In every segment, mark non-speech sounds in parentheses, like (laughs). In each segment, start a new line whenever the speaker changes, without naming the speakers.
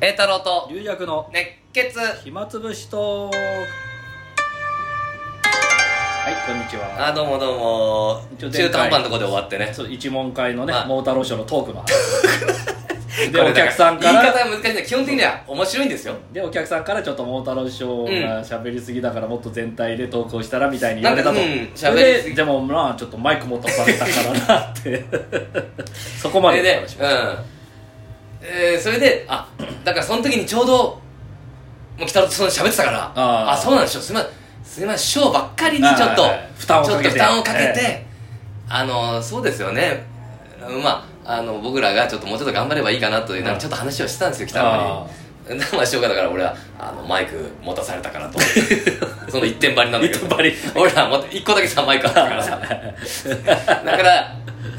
栄太郎と
龍尺の
熱血
暇つぶしトークはいこんにちは
あどうもどうも
一応
中
前回
途半端のとこで終わってね
そう一問会のね
まあ
桃太郎賞のトー
(laughs)
クの話
こ
で
れ
お
だ
客さんか
言い
ら
方が難しいんだ基本的には面白いんですよ
でお客さんからちょっと桃太郎賞が喋りすぎだからもっと全体で投稿したらみたいに言われたと、
なんかうん
そ
喋り
れ
す
で
ぎ
でもまあちょっとマイク持たされたからなって
(laughs)
そこまで
でね
話し
う
ま
ん
した
えーそれであだからその時にちょうどもう北野とその喋ってたから
あー
そうなんでしょすいませんすいませんショーばっかりにちょっと
はいはいはい負担をかけて
ちょっと負担をかけて、
え
あのそうですよねうんまああの僕らがちょっともうちょっと頑張ればいいかなというなんかちょっと話をしてたんですよ北野
あ
にまあしょうがだから俺はあのマイク持たされたからと
(laughs)
その一点張りなんだけど
一点張り
俺らも一個だけさマイクあったからさ (laughs) だから、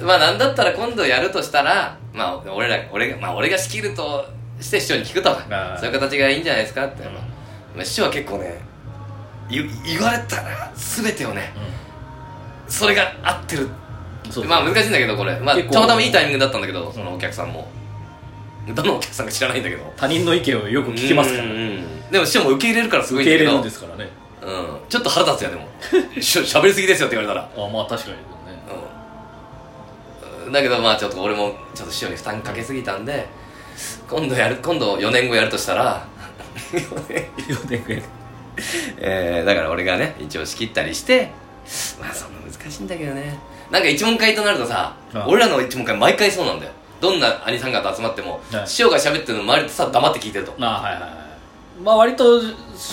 まあなんだったら今度やるとしたら、まあ俺ら、俺が、まあ俺が仕切るとして師匠に聞くと
あ
か
あ、
そういう形がいいんじゃないですかって。まあ師匠は結構ね、言言われたら全てをね、それが合ってる。
(laughs) そう
まあ難しいんだけどこれ。まあ、
結構
たまたまいいタイミングだったんだけど、そのお客さんも。どのお客さんか知らないんだけど。
他人の意見をよく聞きますから
うん
受
うんでも師匠も受け入れるからすごいん
け
だけ
入れ
ど。
るんですからね
うん。ちょっと腹立つよ、でも。 (laughs) しょ喋りすぎですよって言われたら。
あまあ確かにね
うんだけどまあちょっと俺もちょっと師匠に負担かけすぎたんで今度やる今度4年後やるとしたら (laughs) えー、だから俺がね一応仕切ったりしてまあそんな難しいんだけどねなんか一問会となるとさ
ああ
俺らの一問会毎回そうなんだよどんな兄さん方集まっても、
はい
師匠が喋ってるの周りってさ黙って聞いてると
まあはいはいはいまあ割とシ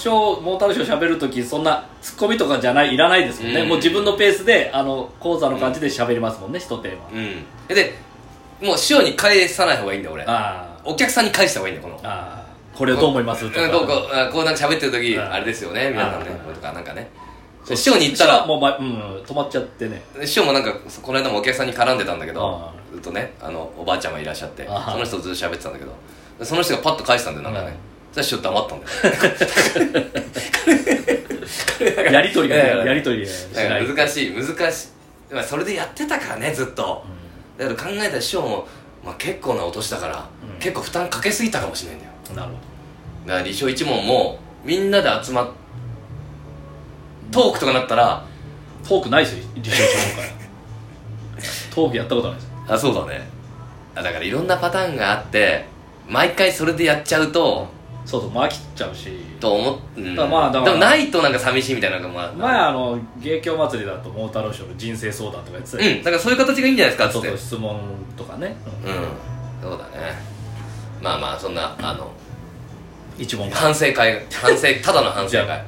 ョーモータルショー喋るときそんなツッコミとかじゃないいらないですもんね、
うん
もう自分のペースであの講座の感じで喋りますもんね、一テーマ
うんでもう師匠に返さない方がいいんだよ俺
あー
お客さんに返した方がいいんだよこの
あーこれをどう思います
うん
とか
どうこうあこうなんか喋ってる時
うん
あれですよね皆さんね
うん
とかなんかね師匠に言ったら
もう、まうん、止まっちゃってね
師匠もなんかそこの間もお客さんに絡んでたんだけど
う
ずっとねあのおばあちゃんがいらっしゃって
あ
その人とずっと喋ってたんだけどその人がパッと返したんだよなんか
う
ね
ん
そしたら師匠黙ったんだよ
やりと
(laughs)
りが、
いやいや
ね、
いや
やりとりがし
だか
ない
ら難しい難しいまあそれでやってたからねずっとだけど考えたら師匠もまあ結構なお年だから
うん
結構負担かけすぎたかもしれないんだよ
うんなるほ
だから理想一問もみんなで集まっトークとかなったら
どトークないですよ理想と思うから (laughs) トークやったことないです
あそうだねあだからいろんなパターンがあって毎回それでやっちゃうと
そうそう飽きちゃうし
と思う、うん、
だからまあだから
でもないとなんか寂しいみたいなのがまあ
前あの芸協祭りだと桃太郎賞の人生相談とかやって
う
た
んだからそういう形がいいんじゃないですか
そ
っ
う
つって
そうう質問とかね、うん
んそうだねまあまあそんなあの
一問会
反省会反省ただの反省
じ
会
ゃ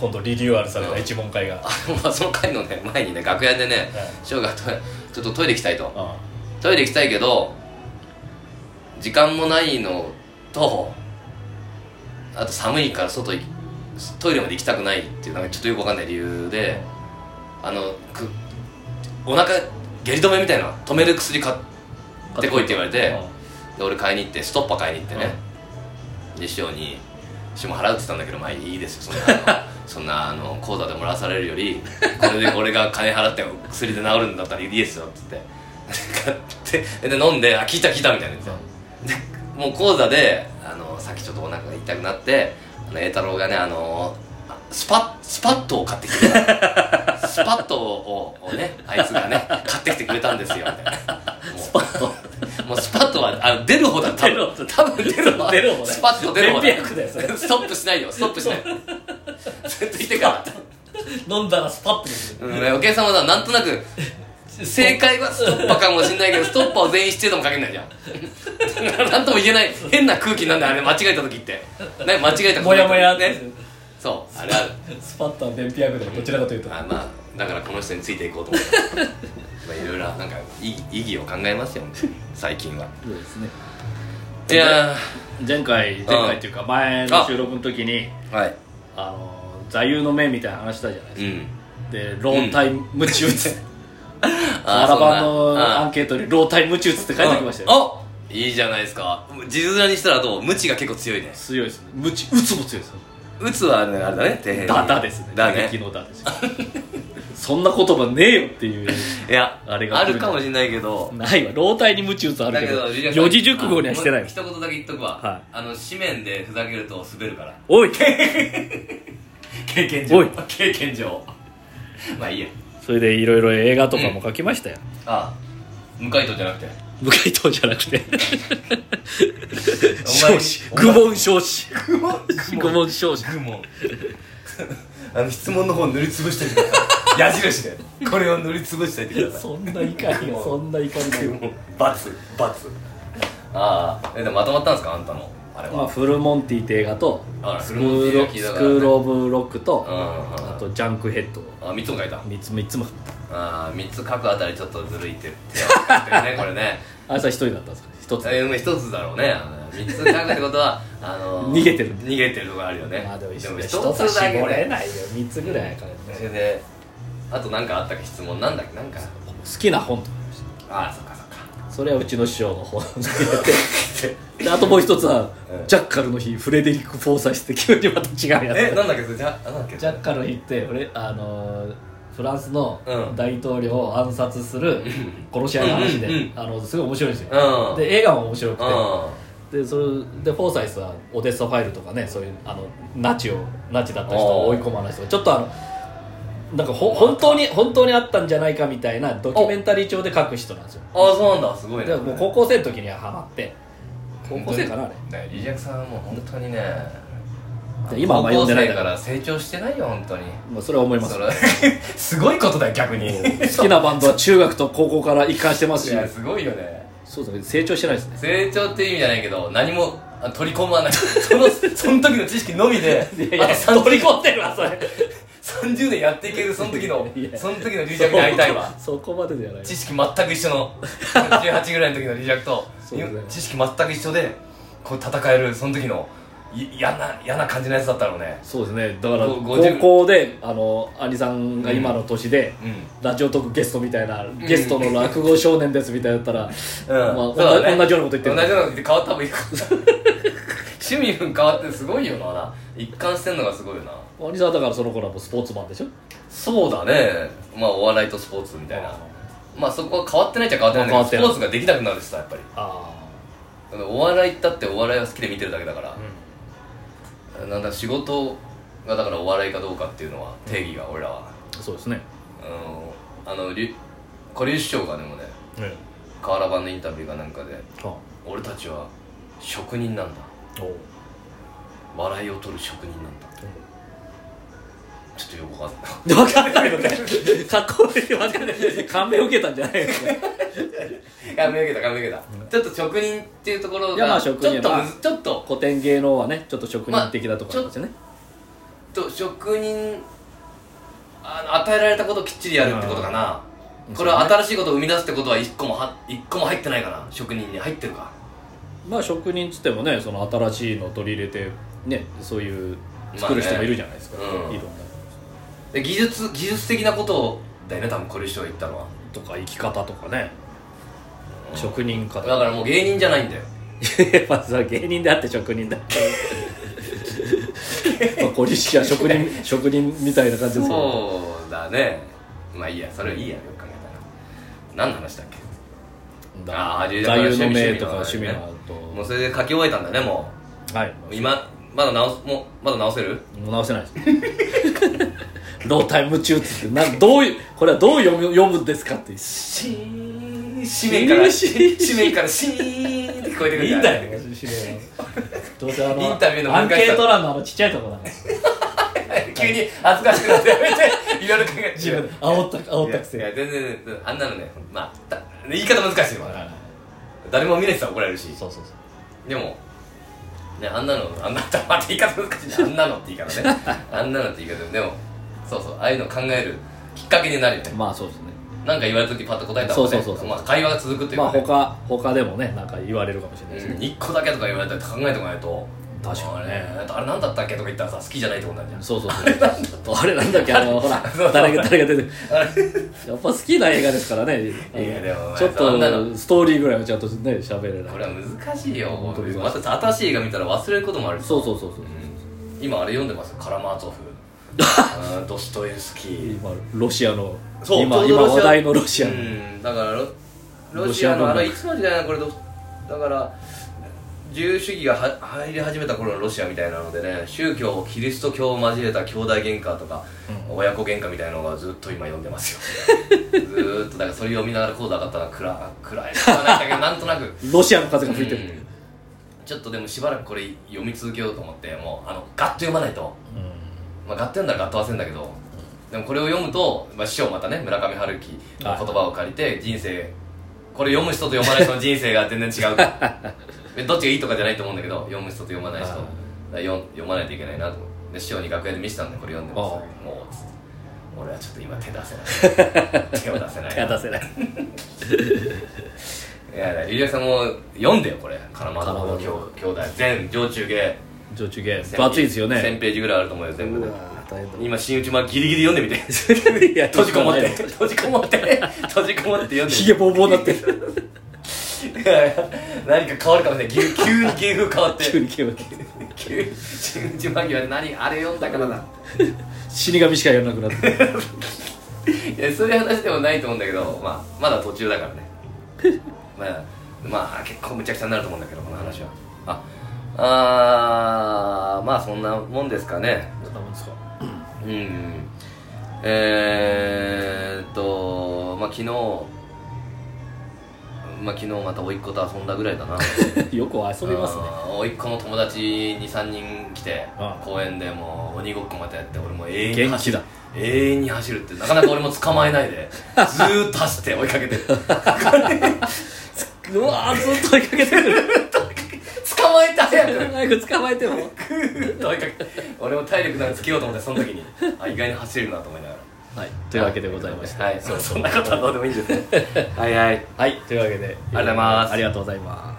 今度リニューアルされた一問会が、
あの (laughs) まあその回のね前にね楽屋でね翔がトイちょっとトイレ行きたいと
あ
トイレ行きたいけど時間もないのとあと寒いから外行きトイレまで行きたくないっていうなんかちょっとよくわかんない理由であのくお腹下痢止めみたいなの止める薬買ってこいって言われてで俺買いに行ってストッパー買いに行ってね、で師匠に師匠も払うって言ったんだけどまあいいですよそんなあの (laughs) そんなあの口座でもらわされるよりこれで俺が金払って薬で治るんだったらいいですよって (laughs) 言って買ってで飲んで「あ聞いた聞いた」みたいなやつでもう講座であのさっきちょっとお腹が痛くなってあの栄太郎がねあのあスパッスパットを買ってきてくれた
(laughs)
スパットををねあいつがね買ってきてくれたんですよみたいなもう
(laughs) スパッと
もうスパッとはあの出る方だ多
出る
分
方
多分出る方
出る方だ
スパッと出る方
便秘薬だよそれ
ストップしないよストップ
(laughs)
しないずっといてから、
飲んだらスパッとです
うん、お客様はなんとなく正解はストッパーかもしれないけ
(laughs)
どストッパーを全員知っててもかけないじゃん (laughs) なんとも言えない変な空気になんだよあれ間違えた時ってね間違えた
もやもやって
ねそうあれある
スパッとは便秘薬でどちらかというと
あまあだからこの人についていこうと思って (laughs) まあいろいろなんか意義意義を考えますよね最近は
そうですね
いや
前回前回っていうか前の収録の時に
ーはい
あの座右の銘みたいな話したじゃないで
うん
すかで老体夢中打 (laughs) つ
あ
ア
ーそ
ラ
んな
バンのア
あ
ンケートに老体夢中打つって書いてきましたよ
あいいじゃないですか地面にしたらどう無知が結構強いね
強いですね無知打つも強いですよ
うつはねあれだね底辺に
だだですね
だ
打撃
ね
のだですそんな言葉ねえよっていう
いや
あ
あ
れが来る
るかもしれないけど
ないわ老体にムチ打つはある
だ
け
け
ど
どリアクション
四字熟語にはしてない
あ
わ
一言だけ言っとくわ、
はい
あの紙面でふざけると滑るから
おい
経験上
(laughs) おい
経験上まあいいや
それでいろいろ映画とかも書きましたよ、
ああ無回答じゃなくて
無回答じゃなくて
お前
少子愚問少子
愚問
愚問少子
愚問あの質問の方塗りつぶしてくだ (laughs) さい矢印でこれを塗りつぶしていてください
そんな怒りがそんな怒りが
罰罰ああえでもまとまったんですかあんたのあれ
まあ、
は、
フルモンティって映画と
あら
ス
フ
ク
ルモンテ
ー
ィ
ル
は聞い
ス
た
ク
からね
ール・オブ・ロックと
うんうんうん
あとジャンクヘッド
あ3つも書いた
3つ3つも
ああ3つ書くあたりちょっとずるいってってねこれね
朝一人だったんですか一つ
えーまあ一つだろうね3つ書くってこと
(laughs)
はあの
逃げてる
逃げてるとこあるよね
まあでも一
一
つは
つだけ
絞れ
ね
ないよ3つぐらいか
それであと何かあったっけ質問なんだっけなんか
好きな本とかでし
ああそっかそっか
たそれはうちの師匠の本でであともう一つは
うん
ジャッカルの日フレデリック・フォーサイスって急にまた違うやつ
えなんだっけそれじゃあなんだっけ
ジャッカルの日って俺あのーフランスの
うん
大統領を暗殺する殺し合いの話で、
うんうんうん
あのすごい面白いんですよ、
うん
で映画も面白くて、
う
でそれでフォーサイスはオデッサファイルとかねそういうあのナチをナチだった人を追い込む話とかちょっとあのなんかほ本当に本当にあったんじゃないかみたいなドキュメンタリー調で書く人なんですよ
んああそうなんだすごいね
でもう高校生の時にはハマって高校生かなあれ
ねリジャクさんはもう本当にね
や今は
高
読ん
校
でない
生
か
からら成長してないよ本当に
まあそれは思います
それ (laughs) すごいことだよ逆に
好きなバンドは中学と高校から一貫してます
い
し
やすごいよね
そうですね成長してないですね
成長っていう意味じゃないけど何もあ取り込まないそのその時の知識のみであと30
取り込んでる (laughs) わそれ
30年やっていけるその時の
いや
その時のリジャクに会いたいわ
そこまでじゃない
知識全く一緒の18ぐらいの時のリジャクと
そうだよ
知識全く一緒でこう戦えるその時のい嫌な嫌な感じのやつだったろうね
そうですねだから
ご50
高校であの兄さんが今の年で、
うん
ラジオトークゲストみたいなゲストの落語少年ですみたいだったら、まあ、
そうだね
同じようなこと言ってる
同じようなこと言って変わった方がいいか趣味分変わってすごいよな一貫してんのがすごいよな
お兄さんはだからその頃はもうスポーツマンでしょ
そうだねまあお笑いとスポーツみたいなまあそこは変わってないっちゃ変わってないんだけど
まあ変わ
スポー
ってない
ツができなくなるしさやっぱり
あ
だからお笑いだってお笑いは好きで見てるだけだか
あ
ら、なんだ仕事がだからお笑いかどうかっていうのは定義が俺らは
そうですね、
うんあのり小林師匠がでもね
うん、
河原版のインタビューがなんかで俺たちは職人なんだ笑いを取る職人なんだちょっとよくわかんない (laughs)
分 (laughs) かんないよねかっこいいわかんない感銘を受けたんじゃないよね
髪の毛だ髪の毛だちょっと職人っていうところが
いやまあ職人
ちょっと
まあ
むずちょっと
古典芸能はねちょっと職人的だとかなんですよね、
と職人あの与えられたことをきっちりやるってことかな、
うん
これは
そうね
新しいことを生み出すってことは一個もは一個も入ってないかな職人に入ってるか
まあ職人っつってもねその新しいのを取り入れてねそういう作る人もいるじゃないですか、
まあねうん
いろんな
で技術技術的なことだよね多分これ人が言ったのは
とか生き方とかね、職人か
だから
(laughs)
もう芸人じゃないんだよ
やっぱさ芸人であって職人だっ
(laughs)
てまあ小西は職人職人みたいな感じですけど
そうだねまあいいやそれはいいやよく考えたら何の話だっけああ
座
自由だから
右の銘
趣味
とか
趣
趣味
味の話
の
もう
と
それで書き終えたんだねも
はい、
う今まだ直すもうまだ直せる
もう直せない (laughs) ですロータイム中ってなどういうこれはどう読む読むんですかっていう
シーン紙面から
シーン
紙面からシーンって聞こえてくる
いいん
から
だよどうせあの
インタビューの
アン
分解
ケ
した
ート欄のあのちっちゃいとこだから
(laughs) 急に恥ずかしくなってやめていろいろ考えて
自分で煽った煽
い
ったくせに
やいや全然全然あんなのねまあた言い方難しいわ誰も見れてたら怒られるし
そうそうそう
でもねあんなのあんなまた言い方難しいなあんなのって言い方ね
(laughs)
あんなのって言い方でもそうそうああいうの考えるきっかけになるよね
まあそうですね
なんか言われた時パッと答えた方がね
そうそうそうそう
まあ会話が続くっていう
まあ
か、ね
他他でもねなんか言われるかもしれないです
う
ね
ん、1個だけとか言われたら考えてこないと
確かにね
あれあれなんだったっけとか言ったらさ好きじゃないってことになるじ
そうそう
(laughs)
そうあれなんだっけあのほら誰が誰が出てる
ゃんあれ
やっぱ好きな映画ですからねあの
いやでもまあ
ちょっ
そんなの
とストーリーぐらいはちゃんとね喋れ
これ
ない
は難しいよ
本当に
また新しい映画見たら忘れることもあるし
そうそうそうそう
うん今あれ読んでますよカラマーツォフうんドストエフスキー
今ロシアの
そう
今
ちょう
今
どロシア
話題のロシア
う
の
んだからロロシアのあのいつの時代なのこれどだから自由主義がは入り始めた頃のロシアみたいなのでね宗教をキリスト教を交えた兄弟喧嘩とか、親子喧嘩みたいなのがずっと今読んでますよ (laughs) ずーっとだからそれ読みながらこうだかったら暗暗い暗いだけどなんとなく
ロシアの風が吹いて
う
る
んちょっとでもしばらくこれ読み続けようと思ってもうあのガッと読まないと、まあ、ガッと読んだらガッと忘れんだけどでもこれを読むと、まあ、師匠またね村上春樹の言葉を借りて人生これ読む人と読まない
(laughs)
人の人生が全然違うでどっちがいいとかじゃないと思うんだけど読む人と読まない人
はい
だから読読まないといけないなと思ってで師匠に楽屋で見せたんでこれ読んでます
あ
もうつって俺はちょっと今手出せない
(laughs)
手を出せない
手は出せない
いやいや、ゆりやさんも読んでよ、これ。金窓の兄兄弟。全上中下。
上中芸分厚いですよ
1000
ね
ページぐらいあると思うよ、全部で
う。わ大変
今、新内間ギリギリ読ん
(laughs)
でみて。
いや
閉じこもっ
な
て。
いの
閉じこもってね。閉じこもって読んでみて。
ひげぼうぼうになってる
いやいや何か変わるかもしれない。急急に芸風変わって。
(laughs) 急に毛が
急に新内間際で何あれ読んだからだ。
死神しかやらなくなってる
いや、そういう話でもないと思うんだけど、まあ、まだ途中だからね。 (laughs) まあ、まあ、結構むちゃくちゃになると思うんだけど、この話は。あ、あーまあ、そんなもんですかね。
そんなもんですか
うん。えーっと、まあ、昨日、まあ、昨日また甥っ子と遊んだぐらいだ
(laughs)
な。
(laughs) よく遊びますね
あー甥っ子の友達23人来て
ああ
公園でもう鬼ごっこまたやって俺もう永遠に
元
走
気
る
だ
永遠に走るってなかなか俺も捕まえない
(laughs)
でずーっと走って追いかけてる
うわーずっと追いかけてくる
捕まえた早く
早く捕まえても
ずっと追いかけて俺も体力なんかつけようと思ってその時にあ意外に走れるなと思いながら
はいというわけでございました
はい、そそんなことはどうでもいいんですねはいはい
はいというわけで
ありがとうございます
ありがとうございます